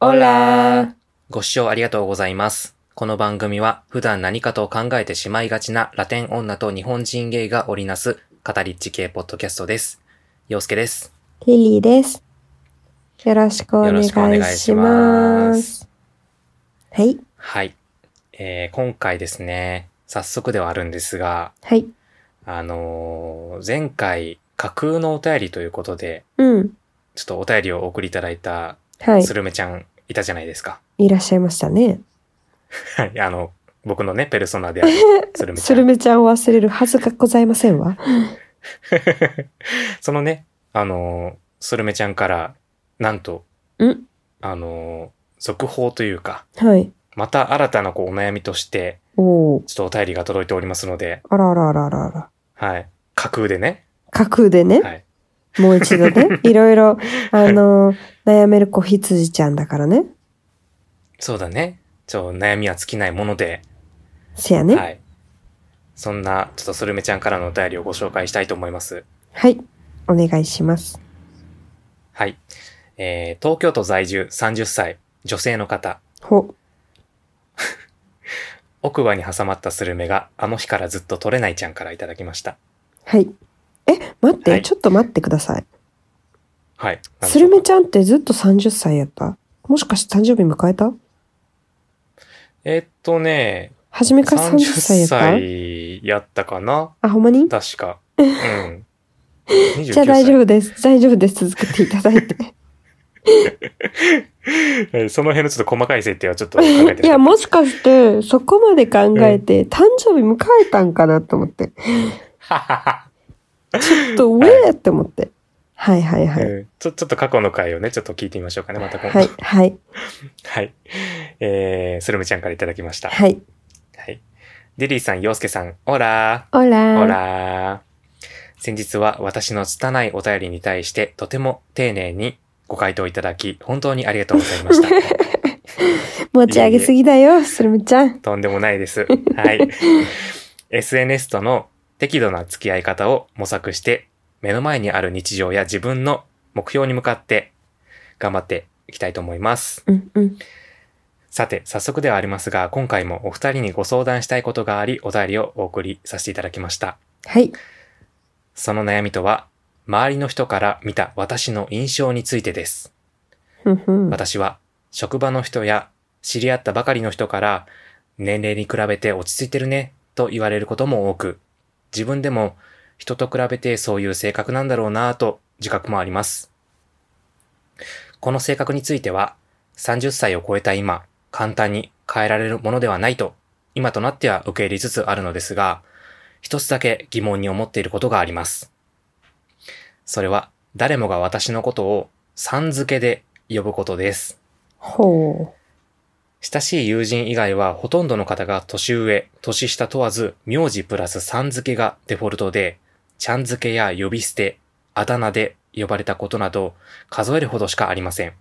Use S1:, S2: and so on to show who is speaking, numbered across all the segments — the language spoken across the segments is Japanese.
S1: オラ
S2: ご視聴ありがとうございます。この番組は普段何かと考えてしまいがちなラテン女と日本人ゲイが織りなすカタリッチ系ポッドキャストです。洋介です。
S1: リリーです。よろしくお
S2: よ
S1: 願
S2: ろ
S1: い
S2: しくお願い
S1: し
S2: し
S1: ま。
S2: ます
S1: はい、
S2: はい。えー今回ですね、早速ではあるんですが、
S1: はい。
S2: あのー前回架空のお便りということで、
S1: うん、
S2: ちょっとお便りをお送りいただいた
S1: はい
S2: ス。ルメちゃんいたじゃないですか。
S1: いらっしゃいましたね。
S2: はい。あの、僕のね、ペルソナであ るスルメち
S1: ス
S2: ゃん
S1: ル。メちゃんを忘れるはずがございませんわ。
S2: そのね、あのー、スルメちゃんから、なんと、
S1: ん
S2: あのー、続報というか、
S1: はい。
S2: また新たなこうお悩みとして、
S1: おお。
S2: ちょっとお便りが届いておりますので、
S1: あらあらあらあらあら。
S2: はい。架空でね。
S1: 架空でね、
S2: はい。
S1: もう一度 ね、いろいろ、あの、悩める子羊ちゃんだからね。
S2: そうだね。ちょ、悩みは尽きないもので、
S1: せやね。は。
S2: はいい。そんな、ちょっとスルメちゃんからのお便りをご紹介したいと思います。
S1: お願いします。
S2: はい。えー、東京都在住30歳、女性の方。
S1: ほ。
S2: 奥歯に挟まったスルメがあの日からずっと取れないちゃんからいただきました。
S1: はい。え、待って、
S2: はい
S1: ちょっと待ってください。
S2: はい。な
S1: ス
S2: んでしょ
S1: ル
S2: うか
S1: メちゃんってずっと30歳やったもしかして誕生日迎えた
S2: えーっとね、
S1: 初めから30歳や
S2: 30
S1: った
S2: 歳やったかな
S1: あ、ほんまに
S2: 確か。うん。29
S1: じゃあ大丈夫です。大丈夫です。続けていただいて。
S2: 夫。その辺のちょっと細かい設定はちょっと考え て
S1: い
S2: な
S1: や、
S2: い。
S1: も しかして、そこまで考えて、誕生日迎えたんかなと思って。ちょっと上やって思って。はいはいは
S2: う
S1: い。
S2: んちょちょっと過去の回をね、ちょっと聞いてみましょうかね、また今度。
S1: はいはい
S2: はい。えー、スルメちゃんからいただきました。
S1: はい。
S2: はい。リリーさん、洋介さん、オラー。
S1: オラ
S2: ほ
S1: ー。
S2: らー。先日は私の拙いお便りに対してとても丁寧にご回答いただき、本当にありがとうございました。
S1: 持ち上げすぎだよ、スルメちゃん。
S2: とんでもないです。はい。SNS との適度な付き合い方を模索して、目の前にある日常や自分の目標に向かって頑張っていきたいと思います。
S1: うんうん。
S2: さて、早速ではありますが、今回もお二人にご相談したいことがあり、お便りをお送りさせていただきました。
S1: はい。
S2: その悩みとは、周りの人から見た私の印象についてです。
S1: ふんふん。
S2: 私は、職場の人や知り合ったばかりの人から、年齢に比べて落ち着いてるね、と言われることも多く、自分でも人と比べてそういう性格なんだろうなぁと自覚もあります。この性格については、30歳を超えた今、簡単に変えられるものではないと、今となっては受け入れつつあるのですが、一つだけ疑問に思っていることがあります。それは、誰もが私のことを、さん付けで呼ぶことです。
S1: ほ
S2: 親しい友人以外はほとんどの方が年上、年下問わず、名字プラスさん付けがデフォルトで、ちゃん付けや呼び捨て、あだ名で呼ばれたことなど、数えるほどしかありません。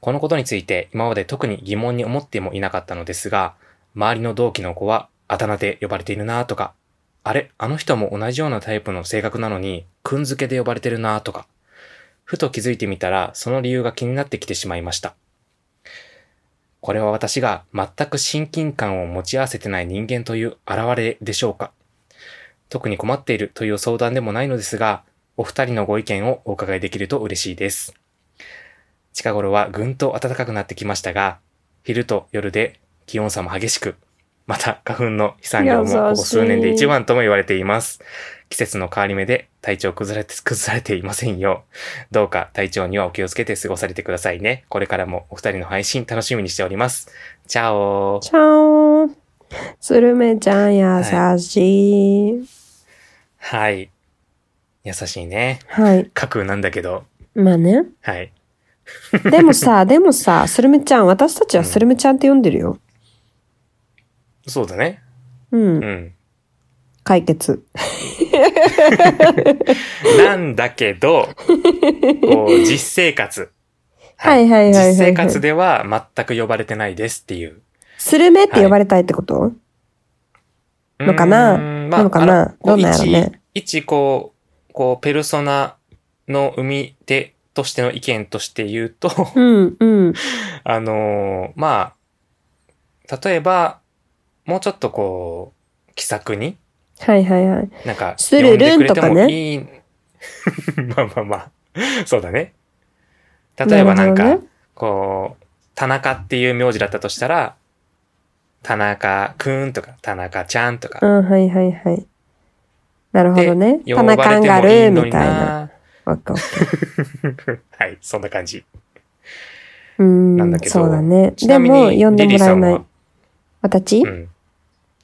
S2: このことについて今まで特に疑問に思ってもいなかったのですが、周りの同期の子はあだ名で呼ばれているなぁとか、あれ、あの人も同じようなタイプの性格なのに、くん付けで呼ばれてるなぁとか、ふと気づいてみたら、その理由が気になってきてしまいました。これは私が全く親近感を持ち合わせてない人間という現れでしょうか特に困っているという相談でもないのですが、お二人のご意見をお伺いできると嬉しいです。近頃はぐんと暖かくなってきましたが、昼と夜で気温差も激しく、また花粉の飛散量も
S1: 優しい
S2: ここ数年で一番とも言われています。季節の変わり目で体調崩れて、崩されていませんよう。どうか体調にはお気をつけて過ごされてくださいね。これからもお二人の配信楽しみにしております。チャオ
S1: う。ちゃーん。スルメちゃん優しい。
S2: はい。優しいね。
S1: はい。
S2: 架空なんだけど。
S1: まあ ね。
S2: はい。
S1: でもさ、でもさ、スルメちゃん、私たちはスルメちゃんって呼んでるよ。
S2: そうだね。
S1: うん。
S2: うん。
S1: 解決。
S2: なんだ けど、こう、実生活。
S1: はいはいはいはいはい
S2: 実生活では全く呼ばれてないですっていう。
S1: スルメって呼ばれたいってこと、のかな
S2: うーんまあ
S1: なのかな
S2: あのこう
S1: どうなんやろね
S2: 一、一こう、こう、ペルソナの生み手としての意見として言うと、
S1: うん、うん。
S2: あのーまあ、例えば、もうちょっとこう、気さくに、
S1: はいはいはい。
S2: なんか、
S1: スルルン
S2: 呼んでくれてもいい。 まあまあまあ、そうだね。例えばな
S1: なる
S2: んか、
S1: ほどね
S2: こう、田中っていう名字だったとしたら、田中くんとか、田中ちゃんとか
S1: う、ん、はいはいはい。なるほどね。
S2: 呼
S1: 田
S2: ばれ
S1: 中
S2: て
S1: が
S2: もいい
S1: る
S2: の
S1: み
S2: に
S1: たいな。
S2: な。
S1: わか
S2: はい、そんな感じ。
S1: うーん
S2: なんだけど
S1: そうだね。
S2: ち
S1: で
S2: なみ
S1: も、
S2: に、
S1: 呼んで
S2: リリ
S1: もら
S2: ーさ
S1: え
S2: ん
S1: ない
S2: は。、
S1: 私、
S2: うん。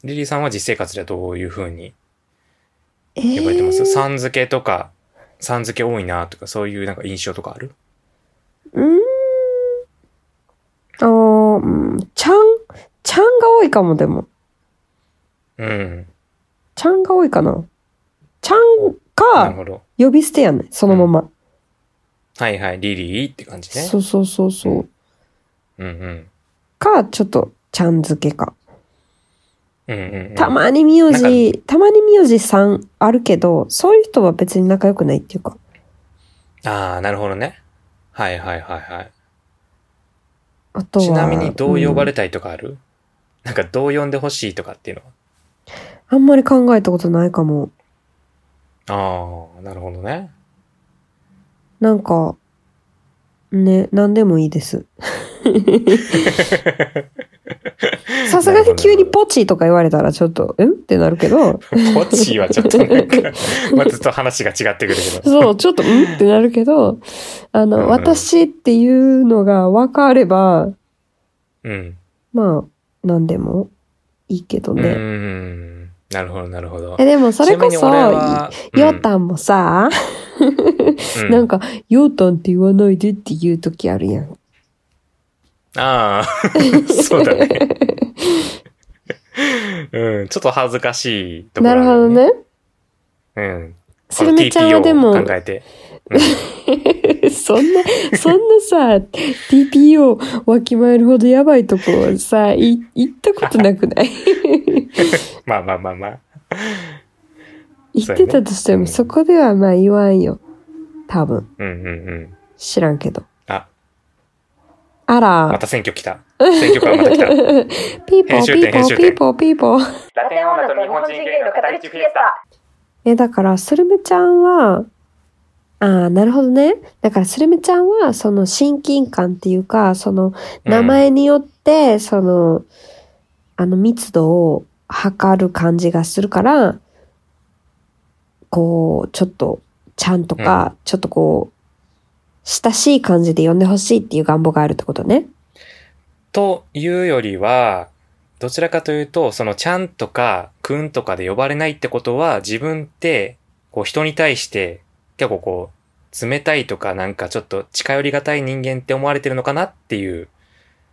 S2: リリーさんは実生活ではどういうふうに
S1: え
S2: 呼ばれてます、
S1: ー
S2: さん付けとか、さん付け多いなとか、そういうなんか印象とかある
S1: うーん。あーうんちゃん、ちゃんが多いかも、でも。
S2: うん。
S1: ちゃんが多いかな。ちゃん
S2: なる
S1: か、
S2: ほど。
S1: 呼び捨てやね。そのまま。
S2: はいはい、リリーって感じね。
S1: そうそうそうそう。
S2: うんうん。
S1: か、ちょっと、ちゃん付けか。
S2: うんうんうん。
S1: たまに名
S2: な
S1: 字、たまに名字さんあるけど、そういう人は別に仲良くないっていうか。
S2: ああ、なるほどね。はいはいはいはい。
S1: あとは。
S2: ちなみにどう呼ば
S1: れ、
S2: れたいとかある、なんかどう呼んでほしいとかっていうの
S1: あんまり考えたことないかも。
S2: は。ああ、なるほど ね。
S1: なんか、ね、何でもいい です。さすがに急にポチとか言われたらちょっと、うんってなるけど、
S2: ポッチーはちょっとなんか、 まあずっと話が違ってくるけど。
S1: そう、ちょっと、うんってなるけど、あ
S2: うんう
S1: の、
S2: ん
S1: 私っていうのが分かれば、
S2: うん。
S1: まあ、何でもいいけど
S2: う
S1: ね。
S2: ーん。なるほどなるほど
S1: え、。でもそれこ
S2: ち
S1: そ、
S2: なみに俺は
S1: ヨタンもさ、
S2: うん
S1: なんか、ヨータンって言わないでって言う時あるやん。
S2: ああ、 そうだね。うん、ちょっと恥ずかしいとこ
S1: な
S2: ろ、
S1: るほど。ね。
S2: うん。
S1: スルメちゃんはでも
S2: この TPO を考えて。
S1: そんな、そんなさ、TPO わきまえるほどやばいとこはさ、い、行ったことなくない
S2: まあまあまあまあ。
S1: 行ってたとしても、そこではまあ言わんよ。多分。
S2: うんうんうん。
S1: 知らんけど。
S2: あ、
S1: あ
S2: ま
S1: ら、
S2: た選挙来た。選挙からまた 来た。
S1: ピーポ
S2: 編
S1: ー
S2: 集
S1: ピ
S2: 点
S1: ーポー
S2: 編集
S1: ピ
S2: 点
S1: ーポーピーポー。
S2: ラテン女と日本人芸の語り口フィエスタ。
S1: え、だから、スルメちゃんは、ああ、なるほどね。だから、スルメちゃんは、その親近感っていうか、その、
S2: うん
S1: 名前によって、その、あの密度を測る感じがするから、こう、ちょっと、ちゃんとか、ちょっとこう、親しい感じで呼んでほしいっていう願望があるってことね。
S2: というよりは、どちらかというと、そのちゃんとかくんとかで呼ばれないってことは、自分って、こう人に対して、結構こう、冷たいとかなんかちょっと近寄りがたい人間って思われてるのかなっていう、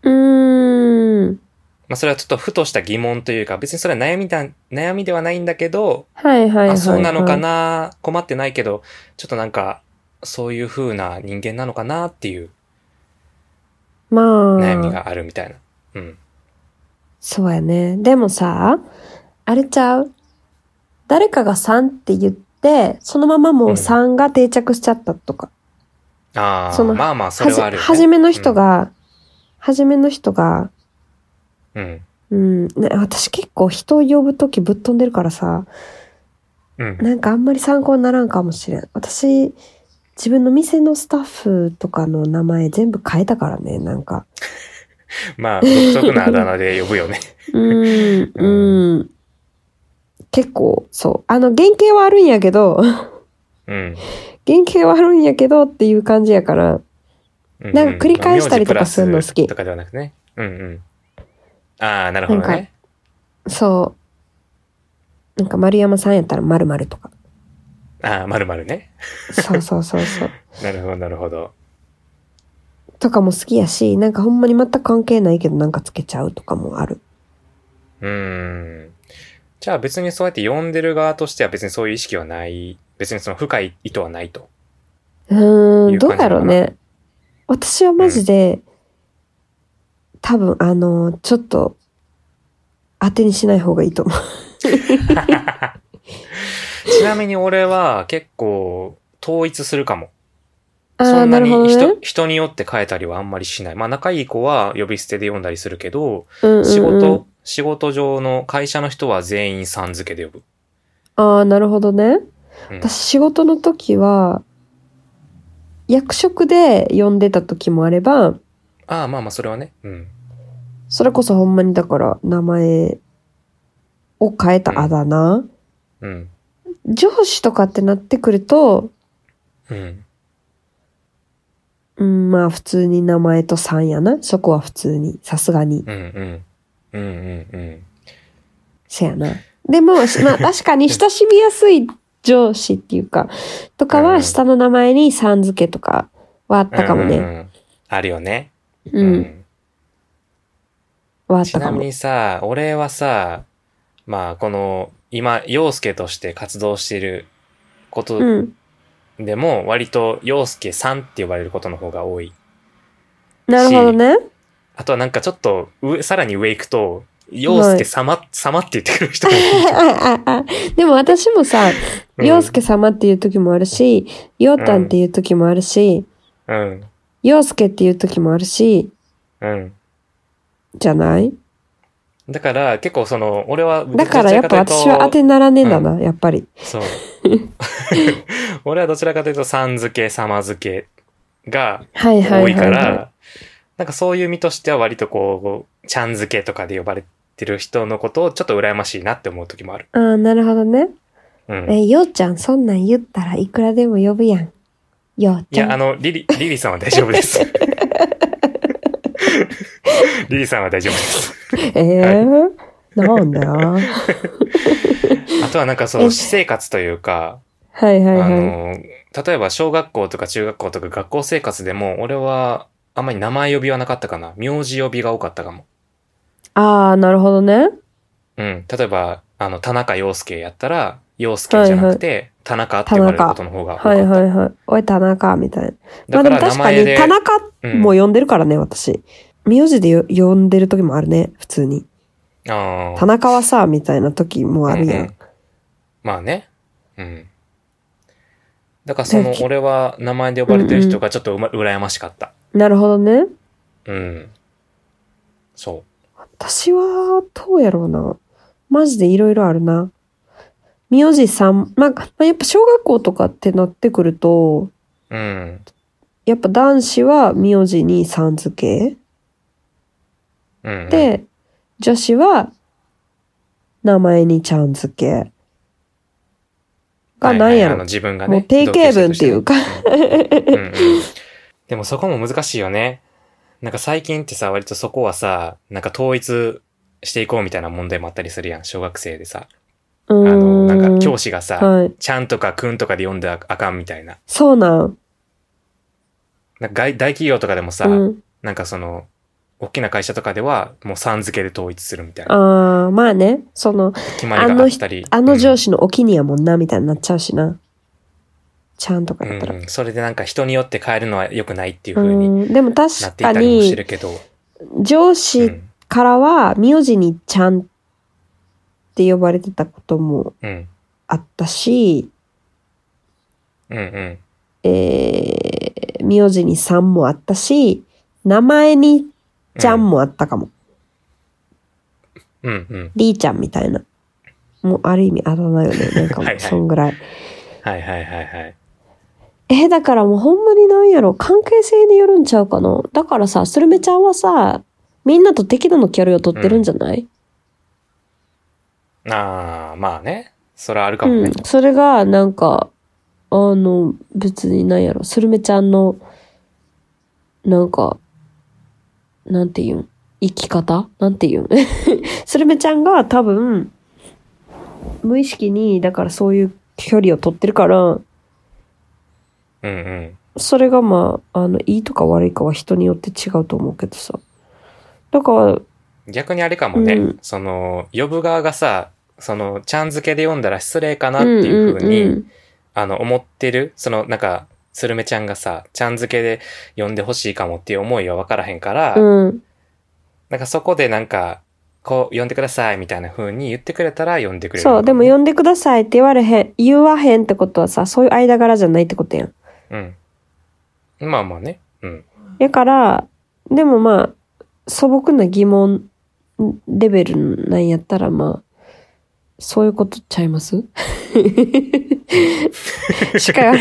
S1: うーん。
S2: まあそれはちょっとふとした疑問というか、別にそれは悩みだ、悩みではないんだけど、
S1: はいはいはい、はい。
S2: あ、そうなのかな、困ってないけど、ちょっとなんか、そういう風な人間なのかなっていう
S1: まあ。
S2: 悩みがあるみたいな。うん。
S1: そうやね。でもさ、あれちゃう誰かが3って言って、そのままもう
S2: うん
S1: 3が定着しちゃったとか。
S2: ああ、
S1: その
S2: まあまあ、そ
S1: は
S2: れ
S1: じ、
S2: はあるよ、ね。
S1: 初めの人が、初めの人が、
S2: うん、う
S1: う
S2: ん。
S1: ん、ね、私結構人を呼ぶときぶっ飛んでるからさ、
S2: うん。
S1: なんかあんまり参考にならんかもしれん。私、自分の店のスタッフとかの名前全部変えたからね、なんか。
S2: まあ、独特なあだ名で呼ぶよね。
S1: うん、
S2: う
S1: うん。結構、そう。あの、原型はあるんやけど、
S2: うん。
S1: 原型はあるんやけどっていう感じやから、
S2: う
S1: なんか繰り返したりとかするの好き
S2: まあ名字プラスとかではなくね。うんうん。ああ、なるほど
S1: なん
S2: ね。
S1: そう。なんか丸山さんやったら〇〇とか。
S2: ああ、まるまるね。
S1: そうそうそうそう。
S2: なるほど、なるほど。
S1: とかも好きやし、なんかほんまに全く関係ないけどなんかつけちゃうとかもある。
S2: うーん。じゃあ別にそうやって呼んでる側としては別にそういう意識はない。別にその深い意図はないと。
S1: うー
S2: い
S1: ん、
S2: う
S1: ど
S2: 感じ
S1: うやろうね。私はマジで、多分あのちょっと、当てにしない方がいいと思う。
S2: ちなみに俺は結構統一するかも。そ
S1: ああ、
S2: ん
S1: な
S2: な
S1: る
S2: に
S1: ほど
S2: 人,、
S1: ね。
S2: 人によって変えたりはあんまりしない。まあ仲いい子は呼び捨てで呼んだりするけど、
S1: うんうんうん
S2: 仕事、仕事上の会社の人は全員さん付けで呼ぶ。
S1: ああ、なるほどね。
S2: うん
S1: 私仕事の時は、役職で呼んでた時もあれば、
S2: ああ、まあまあそれはね。うん。
S1: それこそほんまにだから名前を変えたあだ名、
S2: うん。
S1: 上司とかってなってくると、
S2: うん。
S1: うん、まあ普通に名前とさんやな。そこは普通に、さすがに。
S2: うんうん。うんうんうん。
S1: せやな。でも、しまあ確かに親しみやすい上司っていうか、とか
S2: うん
S1: は下の名前にさん付けとかはあったかも
S2: うんう
S1: ね。
S2: んうんあるよね。
S1: うん、はあっ
S2: ち
S1: た
S2: な
S1: か
S2: み
S1: も。
S2: にさ、俺はさ、まあこの、今、陽介として活動していること
S1: うん。
S2: でも、割と陽介さんって呼ばれることの方が多い。
S1: なるほどね。
S2: あとはなんかちょっと上、さらに上行くと、陽介様、様って言ってく る人も多い。
S1: あああでも私もさ、
S2: うん
S1: 洋介様っていう時もあるし、ようたんっていう時もあるし、
S2: うん。
S1: 洋介っていう時もあるし、
S2: うん。
S1: じゃない
S2: だから、結構その、俺は、
S1: だからやっぱ私は当て
S2: に。
S1: にならねえんだな、やっぱり。
S2: そう。 俺はどちらかというと、さん付け、様付けが
S1: はいはい
S2: 多
S1: はいい、
S2: か
S1: はい。
S2: ら、なんかそういう身としては割とこう、ちゃん付けとかで呼ばれてる人のことをちょっと羨ましいなって思う時もある。
S1: ああ、なるほどね。
S2: うん。
S1: え、ようちゃん、そんなん言ったらいくらでも呼ぶやん。よう
S2: い
S1: ちゃん。
S2: や、あの、リリ、リリさんは大丈 夫です。リリさんは大丈夫です。
S1: えーなんだは
S2: あとはなんかそ
S1: え
S2: の、私生活というか、
S1: いはい
S2: あ
S1: はい。
S2: の、例えば小学校とか中学校とか学校生活でも、俺はあんまり名前呼びはなかったかな。名字呼びが多かったかも。
S1: ああ、なるほどね。
S2: うん。例えば、あの、田中洋介やったら、洋介じゃなくて、田中って呼ばれることの方が多か
S1: は
S2: った。
S1: いはいはい。おい、田中、みたいな。ま
S2: だ
S1: あでも
S2: から名
S1: 確か
S2: 前
S1: に、
S2: で、
S1: 田中も呼んでるからね、私。名字でよ呼んでる時もあるね、普通に。
S2: あー
S1: 田中はさ、みたいな時もあるや。
S2: うんんうんまあね。うん。だからその、
S1: で
S2: 俺は名前で呼ばれてる人がちょっとうま、羨ましかった。
S1: なるほどね。
S2: うん。そ
S1: 私は、どうやろうな。マジでいろいろあるな。名字さん、まあ、まあやっぱ小学校とかってなってくると、
S2: う。うん。
S1: やっぱ男子は名字にさん付け
S2: うん。、
S1: で、女子は名前にちゃん付け。がなんや
S2: あ
S1: ろ
S2: の。自分がね。
S1: もう定型文っていうか。
S2: 同級生としてね。うんうんでもそこも難しいよね。なんか最近ってさ、割とそこはさ、なんか統一していこうみたいな問題もあったりするやん、小学生でさ。
S1: あ
S2: あの、なんか教師がさ、
S1: はい。
S2: ちゃんとかくんとかで読んでああかんみたいな。
S1: そうなん。
S2: なんか外大企業とかでもさ、
S1: うん。
S2: なんかその、大きな会社とかでは、もうさん付けで統一するみたいな
S1: ああ、まあね。その、
S2: 決まりがあったり。
S1: あの上
S2: 司
S1: 司のお気に入りやもんな、みたいになっちゃうしな。ちゃんとか
S2: うん
S1: やったら。
S2: うんそれでなんか人によって変えるのは良くないっていう風に
S1: うん、でも
S2: なっ
S1: 確
S2: ていた
S1: か
S2: りもして
S1: に
S2: る、けど。
S1: 上
S2: う
S1: 司
S2: ん
S1: からは、名字にちゃんって呼ばれてたことも
S2: うん。
S1: あったし、
S2: うんうん。
S1: えー、名字にさんもあったし、名前にちゃんもあったかも。
S2: うんうん。
S1: りーちゃんみたいな。もうある意味あだ名よね。なんかも、
S2: はいはいう
S1: そんぐらい。
S2: はいはいはいはい。
S1: えーだからもうほんまになんやろ、関係性によるんちゃうかな。だからさ、スルメちゃんはさ、みんなと適度な距離を取ってるんじゃない、
S2: ああ、まあね。それはあるか
S1: う
S2: も
S1: ん、
S2: ね。
S1: それが、なんか、あの、別になんやろ、スルメちゃんの、なんか、なんていうん、生き方なんていうん スルメちゃんが多分、無意識に、だからそういう距離を取ってるから、
S2: うんうん。
S1: それがまあ、あの、いいとか悪いかは人によって違うと思うけどさ。だから、
S2: 逆にあれかもね。
S1: うん
S2: その、呼ぶ側がさ、その、ちゃん付けで読んだら失礼かなっていう風に、
S1: んんん
S2: あの、思ってる、その、なんか、スルメちゃんがさ、ちゃん付けで呼んでほしいかもっていう思いは分からへんから、
S1: うん。
S2: なんかそこでなんか、こう、呼んでくださいみたいな風に言ってくれたら呼んでくれるの
S1: そう、
S2: か
S1: でも
S2: ね
S1: 呼んでくださいって言われへん、言わへんってことはさ、そういう間柄じゃないってことやん。
S2: うん。まあまあね。うん。
S1: やから、でもまあ、素朴な疑問レベルなんやったらまあ、そういうことちゃいます しかあ、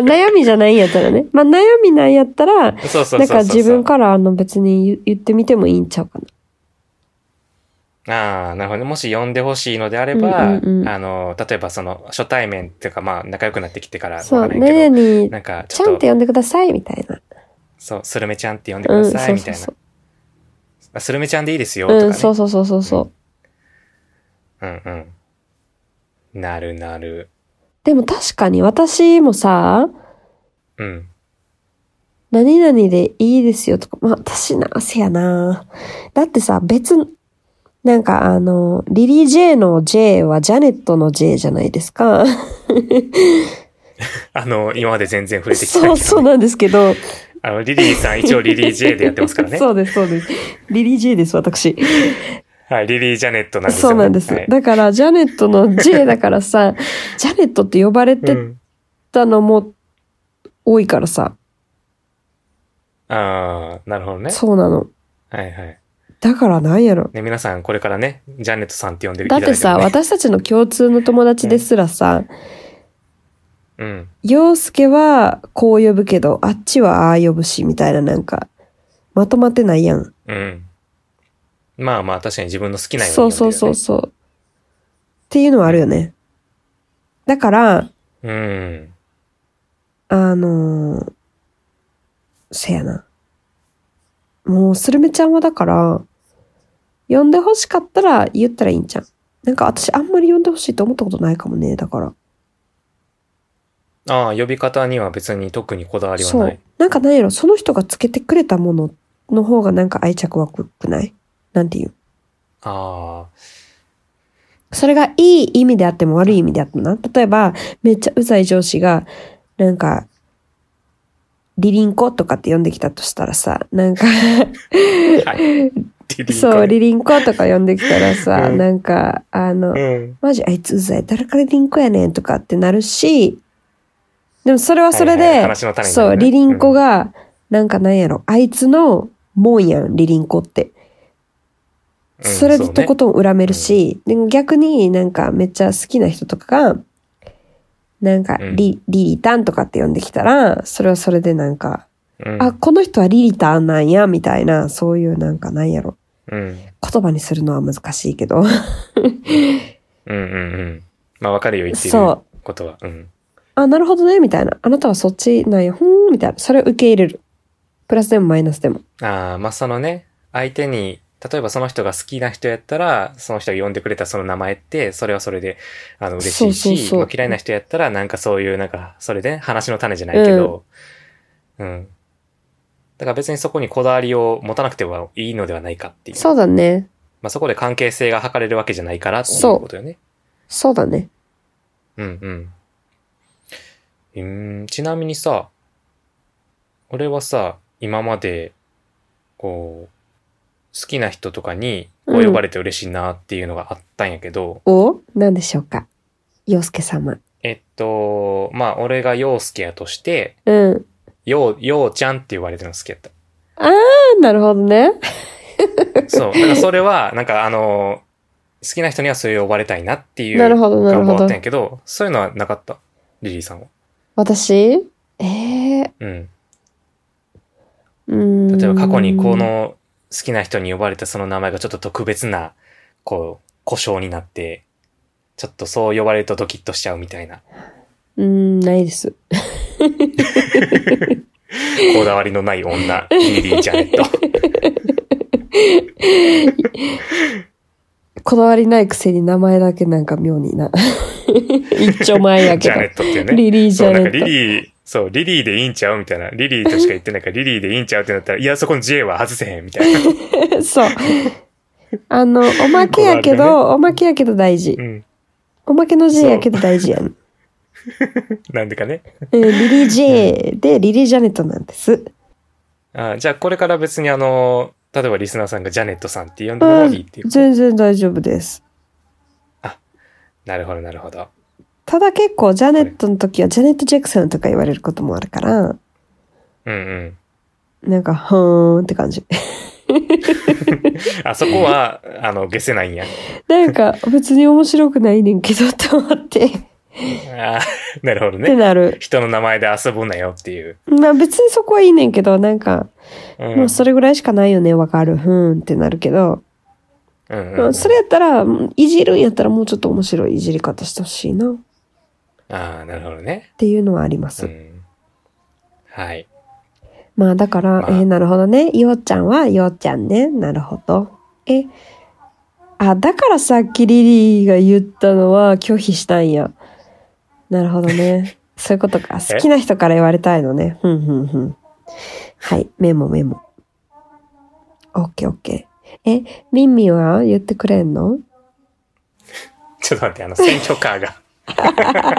S1: 悩みじゃないんやったらね。まあ悩みなんやったら、
S2: そうそうそうそう。
S1: なんか自分からあの別に言言ってみてもいいんちゃうかな。
S2: ああ、なるほどね。もし読んでほしいのであれば、
S1: うんうんうん
S2: あの、例えばその、初対面っていうか、まあ、仲良くなってきてからわ
S1: そ
S2: か
S1: う、
S2: らないけ
S1: ねね
S2: ど、
S1: に、
S2: なんか、
S1: ち
S2: ち
S1: ゃん
S2: ょっ
S1: って
S2: と、
S1: 呼んでください、みたいな。
S2: そう、スルメちゃんって呼んでく
S1: う
S2: だ
S1: ん、そう
S2: さい、み
S1: そ
S2: た
S1: う
S2: いな
S1: そ。
S2: あスルメちゃんでいいですよ、
S1: う。
S2: とか
S1: う
S2: ね。
S1: ん、そうそうそうそうそう。
S2: うんうん。なるなる。
S1: でも確かに私もさ、
S2: うん。
S1: 何々でいいですよとか、まあ私な、せやな。だってさ、別、なんかあの、リリー・ジェイの J はジャネットの J じゃないですか。
S2: あの、今まで全然触れてきたけ
S1: そ
S2: ど、
S1: う、そうなんですけど。。
S2: あの、リリーさん、一応リリー J でやってますからね
S1: そうです、そうです。リリー・ジェイです、私。
S2: はい、リリー・ジャネットなんですよ、
S1: そ
S2: ね。
S1: うなんです。
S2: はい
S1: だから、ジャネットの J だからさ、ジャネットって呼ばれ
S2: う
S1: て
S2: ん。
S1: たのも多いからさ、
S2: ああ、なるほどね。
S1: そうなの。
S2: はいはい。
S1: だからなんやろ。
S2: ね、皆さん、これからね、ジャネットさんって呼んでい
S1: だ
S2: た
S1: っ
S2: だい
S1: て
S2: て、ね。
S1: さ、私たちの共通の友達ですらさ、
S2: うん。
S1: 洋介はこう呼ぶけど、あっちはああ呼ぶし、みたいななんか、まとまってないやん。
S2: うん。まあまあ、確かに自分の好きなように
S1: そうそうそうそう。っていうのはあるよね。だから、
S2: う。うん。
S1: あのーせやな。もう、スルメちゃんはだから、呼んで欲しかったら言ったらいいんじゃん。なんか私あんまり呼んでほしいと思ったことないかもね、だから。
S2: ああ、呼び方には別に特にこだわりは
S1: そ
S2: な
S1: う
S2: い。。
S1: なんか何やろ、その人がつけてくれたものの方がなんか愛着湧くくないなんていう。
S2: あ
S1: それがいい意味であっても悪い意味であってもな。例えば、めっちゃうざい上司が、なんか、リリンコとかって呼んできたとしたらさ、なんか、
S2: あ。はい。リリー
S1: そう、
S2: リ
S1: リリンコとか呼んできたらさ、
S2: うん
S1: なんか、あの、
S2: うん。
S1: マジあいつうざい、誰からリリンコやねんとかってなるし、でもそれはそれで、
S2: はいはい話の種になる
S1: そ
S2: ね
S1: う、リリンコが、なんかなんやろ、あいつのもんやん、リリンコって。
S2: うん
S1: それで
S2: うね
S1: とことん恨めるし、でも逆になんかめっちゃ好きな人とかが、なんか
S2: うん
S1: リ、リリタンとかって呼んできたら、それはそれでなんか、
S2: うん
S1: あ、この人はリリタンなんや、みたいな、そういうなんかなんやろ。
S2: うん。
S1: 言葉にするのは難しいけど。
S2: うんうんうん。まあ、わかるよ、言って
S1: そ
S2: ることは。うん。
S1: あ、なるほどね、みたいな。あなたはそっちなんや、ほーん、みたいな。それを受け入れる。プラスでもマイナスでも。
S2: ああ、まあ、そのね、相手に、例えばその人が好きな人やったら、その人が呼んでくれたその名前って、それはそれで、あの、嬉しいし、
S1: そうそうそう
S2: まあ、嫌いな人やったら、なんかそういう、なんか、それで、話の種じゃないけど、うん、だから別にそこにこだわりを持たなくてはいいのではないかっていう。
S1: そうだね。
S2: まあ、そこで関係性が図れるわけじゃないからっていう
S1: そう
S2: ことよね。
S1: そうだね。
S2: うんうん。うーん、ちなみにさ、俺はさ、今まで、こう、好きな人とかに、こう呼ばれて嬉しいなっていうのがあったんやけど、
S1: お何でしょうか洋介様。
S2: えっと、まあ、俺が陽介やとして、
S1: うん。
S2: よう、ようちゃんって言われてるの好きやった。
S1: あ、なるほどね。
S2: そう。だからそ れは、なんかあの、好きな人にはそう呼ばれたいなっていう
S1: なる
S2: 願
S1: ほど、なる
S2: 望
S1: ほ
S2: あっ
S1: ど
S2: たん。やけど、そういうのはなかった。リリーさんは。
S1: 私ええ
S2: うん。
S1: ー、うーん。
S2: 例えば過去にこ。の好きな人に呼ばれたその名前がちょっと特別な、こう、故障になって、ちょっとそう呼ばれるとドキッとしちゃうみたいな、
S1: うーん、ないです。
S2: こだわりのな い女、リリー・ジャネット。
S1: こだわりないくせに名前だけなんか妙にな。 一丁前や
S2: ジ
S1: け
S2: ャネットっていう
S1: ど。
S2: ね。
S1: リリー・ジ
S2: そう、
S1: ャ
S2: なん
S1: ネ
S2: かリ
S1: ッ
S2: リー、そう、リリーでいいんちゃうみたいな。リリーとしか言ってないから、リリーでいいんちゃうってなったら、いや、そこの J は外せへんみた いな。
S1: ト。そう。あの、おまけやけ
S2: こだわ
S1: ど、おまけやけど大事
S2: う。ん。
S1: おまけの J やけど大事やん。
S2: なんでかね。
S1: うんリリー・ジェイでリリー・ジャネットなんです。
S2: あじゃあ、これから別にあの、例えばリスナーさんがジャネットさんって呼んでもいいっていう。
S1: 全然大丈夫です。
S2: なるほど、なるほど。
S1: ただ結構ジャネットの時はジャネット・ジェクソンとか言われることもあるから、
S2: うんうん。
S1: なんか、はーんって感じ。
S2: あそこは、あの、消せないんや。
S1: なんか、別に面白くないねんけど、と思って、
S2: あーなるほど
S1: って
S2: ね。
S1: なる。
S2: 人の名前で遊ぶなよっていう。
S1: まあ別にそこはいいねんけど、なんか、
S2: うん。
S1: もうそれぐらいしかないよね、わかる、ふーんってなるけど、
S2: うん
S1: ま
S2: う
S1: あ
S2: ん、
S1: それやったら、いじるんやったらもうちょっと面白いいじり方してほしいな、っ
S2: ああ、なるほどね。
S1: ていうのはありま
S2: う
S1: す。
S2: ん。はい。
S1: まあだから、
S2: まあ
S1: えーなるほどね。ようちゃんはようちゃんね。なるほど。え、あ、だからさっきリリーが言ったのは拒否したんや。なるほどね。そういうことか。
S2: え
S1: 好きな人から言われたいのね。ふんふんふん。はい。メモメモ。オッケーオッケー。え、ミンミンは言ってくれんの
S2: ちょっと待って、あの、選挙カーが。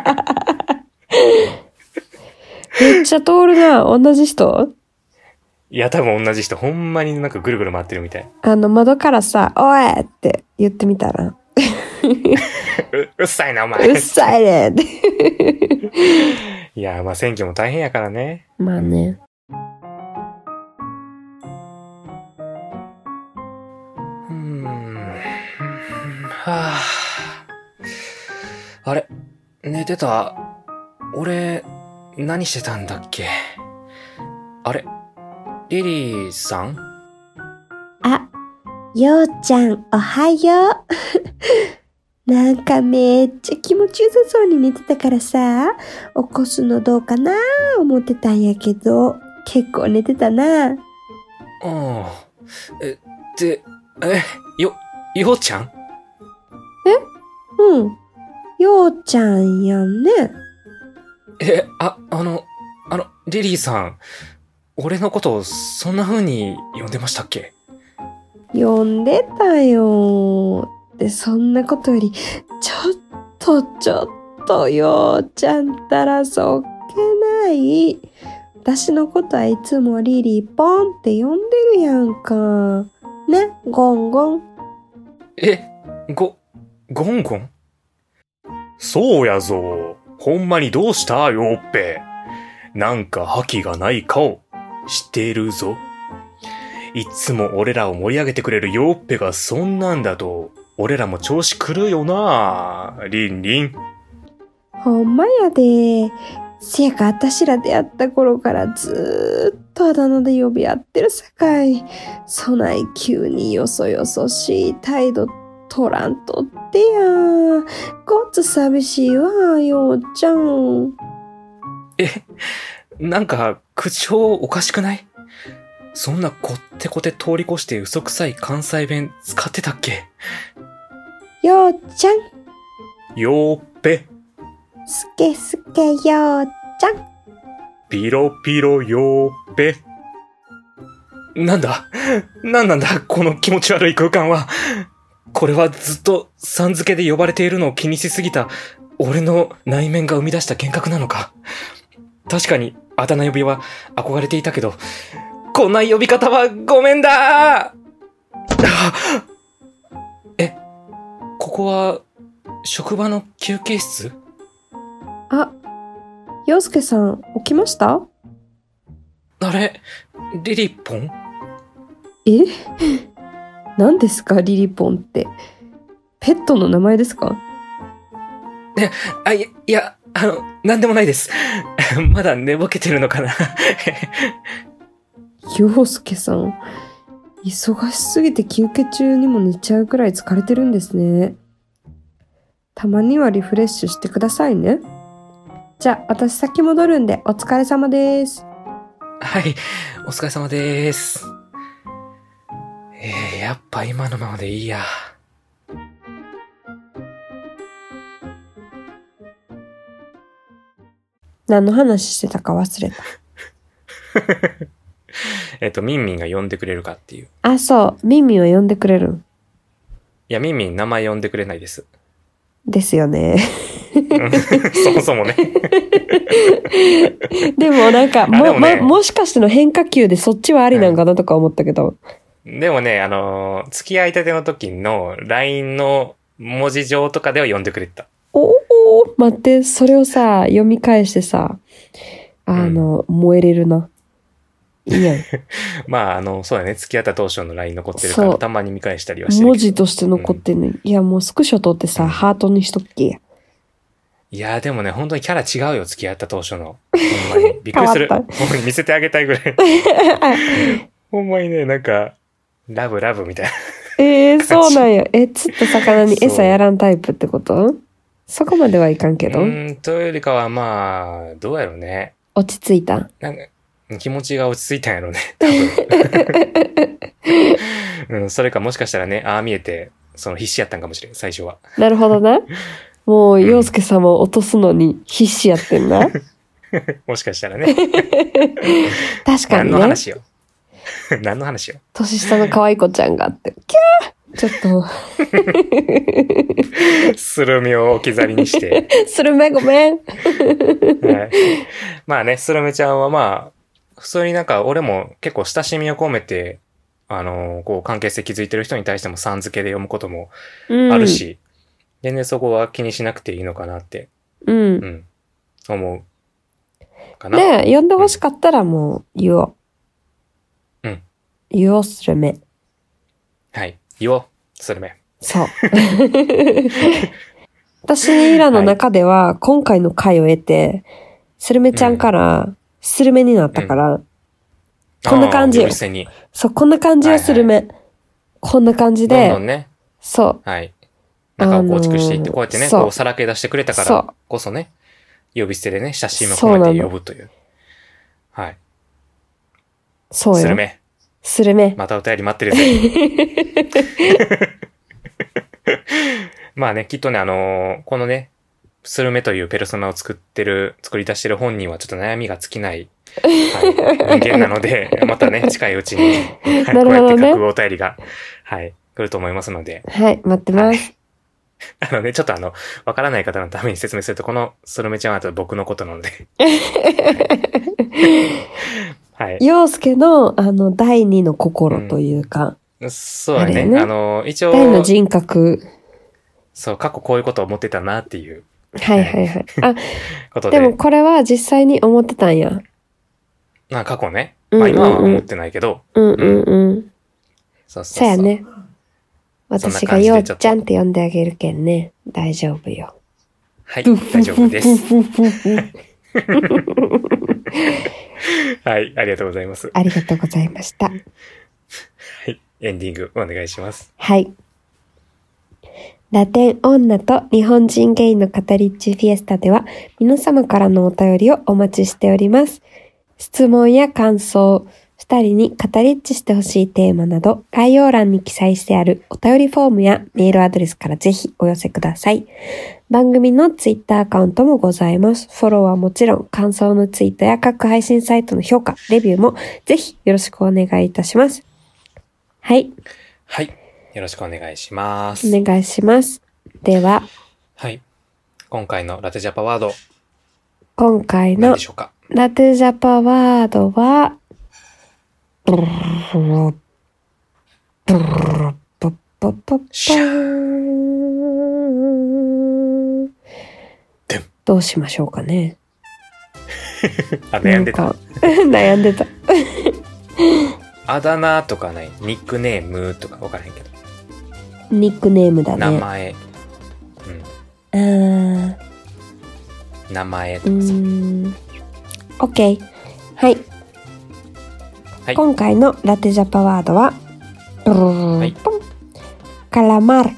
S1: めっちゃ通るな。同じ人
S2: いや、多分同じ人、ほんまになんかぐるぐる回ってるみたい。
S1: あの、窓からさ、おいって言ってみた ら。
S2: ううっさいな、お前。
S1: うっさいねって。
S2: いや、まあ選挙も大変やからね。
S1: まあね。
S2: うーん。はあ。あれ寝てた俺、何してたんだっけあれリリーさん
S1: あ、ようちゃん、おはよう。 なんかめっちゃ気持ちよさそうに寝てたからさ、起こすのどうかな思ってたんやけど、結構寝てたな。
S2: うん。え、で、え、よ、ようちゃん
S1: うん。ようちゃんやんね。
S2: え、あ、あの、あの、リリーさん、俺のこと、そんな風に呼んでましたっけ
S1: 呼んでたよ。で、そんなことより、ちょっとちょっとようちゃんったらそっけない。私のことはいつもリリポンって呼んでるやんか。ね、ゴンゴン。
S2: え、ご、ゴンゴンそうやぞ。ほんまにどうしたよっぺ。なんか覇気がないかを知っているぞ。いつも俺らを盛り上げてくれるよっぺがそんなんだと、俺らも調子狂うよなリンリン。
S1: ほんまやで。せやか、あたしら出会った頃からずーっとあだ名で呼び合ってるさかい。そない急によそよそしい態度取らんとってや。ごっつ寂しいわ、ようちゃん。
S2: なんか、口調おかしくないそんなこってこて通り越して嘘くさい関西弁使ってたっけ
S1: ようちゃん、
S2: よーっぺ、
S1: すけすけようちゃん。
S2: ピロピロよーっぺ。なんだなんなんだこの気持ち悪い空間は。これはずっとさん付けで呼ばれているのを気にしすぎた俺の内面が生み出した幻覚なのか。確かにあだ名呼びは憧れていたけど、こんな呼び方はごめんだあえ、ここは職場の休憩室
S1: あ、ようすけさん、起きました
S2: あれリリポン
S1: え 何ですか、リリポンって。ペットの名前ですか
S2: あ、いや、いや、あの、なんでもないです。 まだ寝ぼけてるのかな
S1: 洋介さん、忙しすぎて休憩中にも寝ちゃうくらい疲れてるんですね。たまにはリフレッシュしてくださいね。じゃあ、私先戻るんでお疲れ様です。
S2: はい、お疲れ様です。えー、やっぱ今のままでいいや。
S1: 何の話してたか忘れた。
S2: えっと、ミンミンが呼んでくれるかっていう。い
S1: あ、そう、ミミを呼んでくれるん
S2: や、ミンミン名前呼んでくれないです。
S1: ですよ ね。
S2: うんそもそもね。
S1: でもなんか、
S2: で
S1: も、
S2: もね
S1: ま、もしかしての変化球でそっちはありなんかなとか思ったけど。
S2: でもね、あのー付き合いたての時の LINE の文字上とかでは呼んでくれてた。
S1: おお待って、それをさ、読み返してさ、あの、燃えれるな。いいやん。
S2: まあ、あの、そうだね。付き合った当初の LINE 残ってるか
S1: そ
S2: ら、
S1: う
S2: たまに見返したりはしてるけど。
S1: 文字として残ってんのに。いや、もうスクショ撮ってさ、ハートにしとっ け。
S2: いやーでもね、本当にキャラ違うよ、付き合った当初の。ほ んまに。びっくりする。
S1: 変
S2: ほ
S1: わ
S2: んまに見せてあげたいぐらい。ほんまにね、なんか、ラブラブみたいな。
S1: ええそうなんや。え、釣った魚に餌やらんタイプってことそこまではいかん けど
S2: う。ーん、というよりかはまあ、どうやろうね。
S1: 落ち着いたん。
S2: なんか、気持ちが落ち着いたん やろうね。多分うん、それかもしかしたらね、ああ見えて、その必死やったんかもしれん、最初は。
S1: なるほど な。もう、
S2: ん
S1: 洋介様を落とすのに必死やってんな。
S2: もしかした らね。
S1: 確か
S2: 何
S1: に
S2: の
S1: ね。
S2: 話よ。 何の話よ。
S1: 年下の可愛い子ちゃんがあって。キャーちょっと。
S2: スルメを置き去りにして。
S1: スルメごめん。
S2: はい まあね、スルメちゃんはまあ、普通になんか俺も結構親しみを込めて、あのこう関係性築いてる人に対してもさん付けで読むことも
S1: うん。
S2: ある。し、全然そこは気にしなくていいのかなって、
S1: うん。
S2: うん、思うかな。
S1: ねえ、呼んでほしかったらもう言おう。
S2: うん。
S1: 言おう、スルメ。
S2: はい。言おう、スルメ。
S1: そう。私にイラの中では、今回の回を得て、スルメちゃんから、スルメになったから、こんな感じ
S2: あー
S1: よ
S2: 呼び捨てに。
S1: そう、こんな感じよ、
S2: はいはい
S1: スルメ。こんな感じ
S2: どん
S1: で、
S2: どんね、
S1: そう、
S2: はい。中を構築していって、
S1: あのー
S2: こうやってね、
S1: そう
S2: こうさらけ出してくれたか
S1: そ
S2: ら
S1: う
S2: こそね、呼び捨てでね、親しみを
S1: そうな
S2: 込めて
S1: の
S2: 呼ぶという。はい。
S1: そう
S2: スル
S1: よ。
S2: メ。
S1: スルメ。
S2: またお便り待ってるぜ。まあね、きっとね、あのーこのね、スルメというペルソナを作ってる、作り出してる本人はちょっと悩みが尽きない、はい、人間なので、またね、近いうちに、はい
S1: なるほどね
S2: こうやって書くお便りが、はい、来ると思いますので、
S1: はい、待ってます。
S2: あのね、ちょっとあの、わからない方のために説明すると、このスルメちゃんはちょっと僕のことな ので。はい。
S1: 洋介の、あの、第二の心というか、
S2: そうだ
S1: あれ
S2: ね。
S1: ね
S2: あのー一応、
S1: 第の人格。
S2: そう、過去こういうことを思ってたなっていう
S1: はいはいはい。あ、
S2: ことで、
S1: でもこれは実際に思ってたんや。
S2: まあ過去ね、
S1: うん
S2: まあ
S1: うんうん
S2: 今は思ってないけど、
S1: うんうんうん。
S2: そうそう
S1: そ
S2: そう。
S1: やね。
S2: そんな
S1: 私が
S2: 感じでちょ
S1: よ
S2: っ
S1: う
S2: と
S1: ちゃんって呼んであげるけんね。大丈夫よ。
S2: はい、大丈 夫です。はい、ありがとうございます。
S1: ありがとうございました。
S2: はい、エンディングお願いします。
S1: はい。ラテン女と日本人ゲイの語りっちフィエスタでは皆様からのお便りをお待ちしております。質問や感想、二人に語りっちしてほしいテーマなど概要欄に記載してあるお便りフォームやメールアドレスからぜひお寄せください。番組のツイッターアカウントもございます。フォローはもちろん感想のツイートや各配信サイトの評価、レビューもぜひよろしくお願いいたします。はい。
S2: はい、よろしくお願いします。
S1: お願いします。では、
S2: はい。今回のラテジャパワード、
S1: 今回
S2: 何
S1: の
S2: でしょうか
S1: ラテジャパワードは、ブルルブルルブブブブ
S2: シャ
S1: ーン
S2: でん
S1: どうしましょうかね。
S2: あ、悩んでた
S1: な。か 悩んでた。
S2: あだ名とかない、ニックネームとかわからへんけど、
S1: ニックネームだ
S2: 名
S1: ね。
S2: 前、
S1: うーんう
S2: うん、名前とかさ、
S1: ーん。OK。はい。
S2: はい
S1: 今回のラテジャパワードは、ブルルル
S2: はい
S1: ポンカラマル。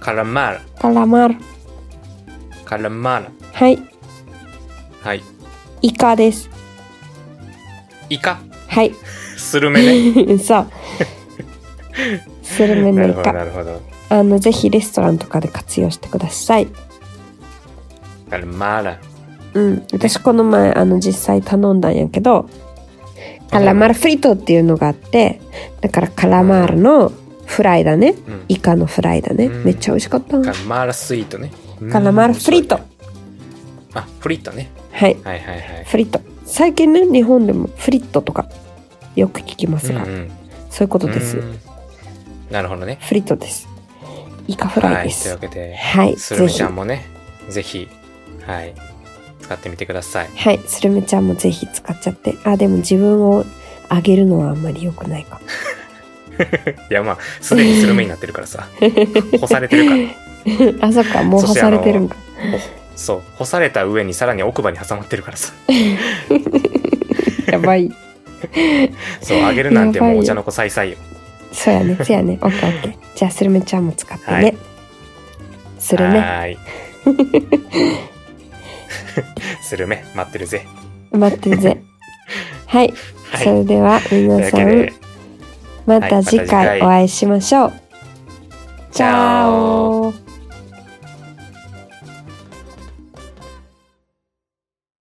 S2: カラマラ、
S1: カラマル。
S2: カラマラ、
S1: はい。
S2: はい、
S1: イカです。
S2: イカ、
S1: はい。
S2: スルメね。
S1: そう。スルメの
S2: な
S1: イ
S2: るほど、な
S1: カ。
S2: るほど。
S1: あの、ぜひレストランとかで活用してください。
S2: カラマラ、
S1: うん。私この前、あの、実際頼んだんやけど、カラマルフリトっていうのがあって、だからカラマールのフライだね。
S2: うん、
S1: イカのフライだね。
S2: うん
S1: めっちゃ美味しかったな
S2: カ。ラマラスイートね。
S1: カラマルフリート。
S2: あ、フリットね。
S1: はい。
S2: はいはいはい。
S1: フリット。最近ね、日本でもフリットとかよく聞きますが、
S2: んん
S1: そういうことです。
S2: うんなるほどね。
S1: フリットです。イカフラ
S2: は
S1: イ
S2: い。
S1: で
S2: と
S1: す
S2: いうわ。けで、
S1: はい、
S2: スル
S1: ぜ
S2: メ
S1: ひ
S2: ちゃんもね、ぜひ、はい。使ってみてください。
S1: はい、スルメちゃんもぜひ使っちゃって。あ、でも自分をあげるのはあんまり良くないか。
S2: いや、まあ、すでにスルメになってるか らさ。干されてるから。
S1: あ、そっか、もう
S2: そ
S1: 干
S2: して
S1: されてるんか。
S2: そう。干された上にさらに奥歯に挟まってるからさ。
S1: やばい。
S2: そう、あげるなんて
S1: やばい
S2: もう
S1: よ
S2: お茶の子さいさいよ。
S1: そう やね、そうやね。オッケーオッケー。じゃあ、スルメちゃんも使ってね。
S2: はい
S1: スルメ、
S2: は ーい。スルメ、待ってるぜ。
S1: 待ってるぜ。はい、
S2: は
S1: そ
S2: い。
S1: れでは
S2: と
S1: 皆
S2: いうわ
S1: さ
S2: け
S1: ん
S2: で、、
S1: また次
S2: はいまた次
S1: 回
S2: 回
S1: お会いしましょう。チ
S2: チャ
S1: ャ
S2: オ
S1: オ